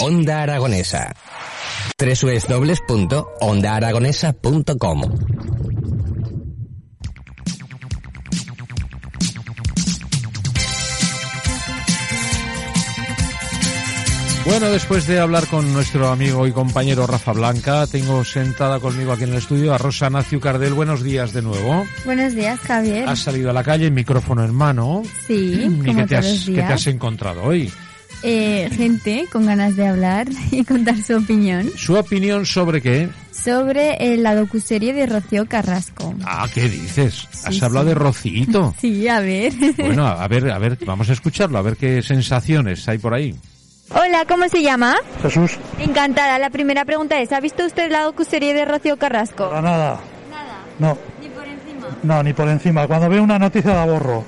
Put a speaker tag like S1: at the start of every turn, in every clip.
S1: Onda Aragonesa. www.ondaaragonesa.com
S2: Bueno, después de hablar con nuestro amigo y compañero Rafa Blanca, tengo sentada conmigo aquí en el estudio a Rosa Nacio Cardel. Buenos días de nuevo.
S3: Buenos días, Javier.
S2: Has salido a la calle, micrófono en mano.
S3: Sí,
S2: Ah, ¿Y
S3: como
S2: qué te,
S3: todos
S2: has,
S3: los
S2: qué te
S3: días.
S2: has encontrado hoy?
S3: Eh, gente con ganas de hablar y contar su opinión
S2: ¿Su opinión sobre qué?
S3: sobre eh, la docuserie de Rocío Carrasco.
S2: Ah, ¿qué dices? Has
S3: Sí,
S2: hablado
S3: sí.
S2: de Rocito.
S3: Sí, a ver.
S2: Bueno, a ver, a ver, vamos a escucharlo, a ver qué sensaciones hay por ahí.
S3: Hola, ¿cómo se llama?
S4: Jesús,
S3: Encantada. La primera pregunta es, ¿ha visto usted la docuserie de Rocío Carrasco?
S4: para nada.
S3: Nada,
S4: No,
S3: ni por encima.
S4: no, ni por encima. Cuando veo una noticia la borro.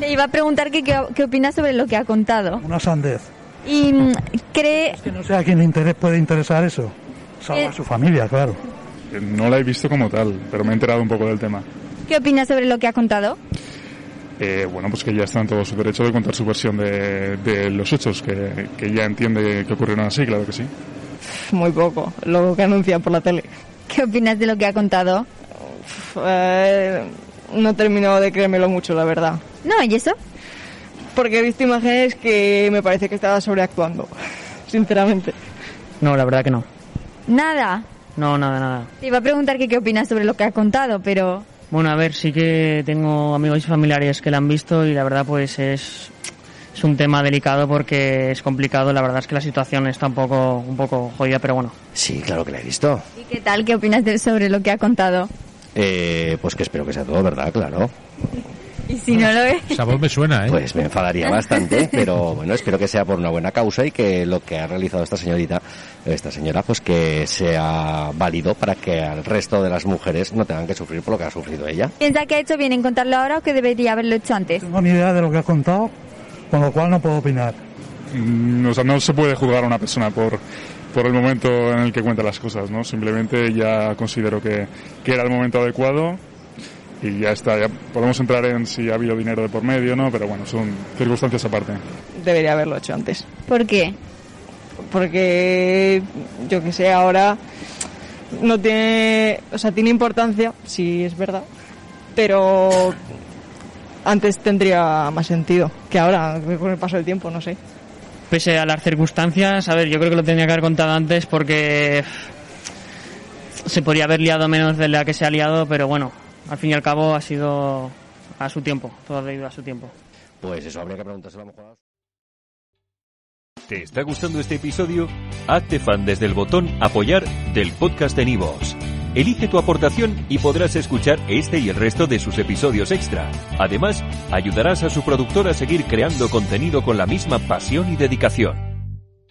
S3: Le iba a preguntar que qué qué opina sobre lo que ha contado.
S4: Una sandez.
S3: Y mm, cree...
S4: Que no sé a quién le interés puede interesar eso. Salvo a su familia, claro.
S5: Eh, No la he visto como tal, pero me he enterado un poco del tema.
S3: ¿Qué opina sobre lo que ha contado?
S5: Eh, bueno, pues que ya está en todo su derecho de contar su versión de, de los hechos, que, que ya entiende que ocurrieron así, claro que sí.
S6: Muy poco, lo que anuncian por la tele.
S3: ¿Qué opinas de lo que ha contado?
S6: Uf, eh, no termino de creérmelo mucho, la verdad.
S3: No, ¿y eso?
S6: Porque he visto imágenes que me parece que estaba sobreactuando, sinceramente.
S7: No, la verdad que no.
S3: Nada.
S7: No, nada, nada.
S3: Te iba a preguntar que qué opinas sobre lo que ha contado, pero
S7: Bueno, a ver, sí que tengo amigos y familiares que la han visto y la verdad pues es, es un tema delicado porque es complicado. La verdad es que la situación está un poco, un poco jodida, pero bueno.
S8: Sí, claro que la he visto.
S3: ¿y qué tal? ¿Qué opinas de- sobre lo que ha contado?
S8: Eh, pues que espero que sea todo, ¿verdad? Claro.
S3: Y si no lo es,
S2: Esa voz me suena, ¿eh?
S8: Pues me enfadaría bastante, pero bueno, espero que sea por una buena causa y que lo que ha realizado esta señorita, esta señora, pues que sea válido para que al resto de las mujeres no tengan que sufrir por lo que ha sufrido ella.
S3: ¿piensa que ha hecho bien en contarlo ahora o que debería haberlo hecho antes?
S4: Tengo ni idea de lo que ha contado, con lo cual no puedo opinar.
S5: Mm, O sea, no se puede juzgar a una persona por, por el momento en el que cuenta las cosas, ¿no? Simplemente ya considero que, que era el momento adecuado y ya está. Ya podemos entrar en si ha habido dinero de por medio, ¿no? Pero bueno, son circunstancias aparte.
S6: Debería haberlo hecho antes.
S3: ¿Por qué?
S6: Porque, yo que sé, ahora no tiene, o sea, tiene importancia, sí es verdad, pero antes tendría más sentido que ahora, con el paso del tiempo, no sé.
S7: Pese a las circunstancias, a ver, yo creo que lo tenía que haber contado antes porque se podría haber liado menos de la que se ha liado, pero bueno, al fin y al cabo ha sido a su tiempo, todo ha ido a su tiempo.
S8: Pues eso habría que preguntárselo a lo mejor a-
S9: ¿Te está gustando este episodio? Hazte fan desde el botón Apoyar del podcast de Nivos. Elige tu aportación y podrás escuchar este y el resto de sus episodios extra. Además, ayudarás a su productor a seguir creando contenido con la misma pasión y dedicación.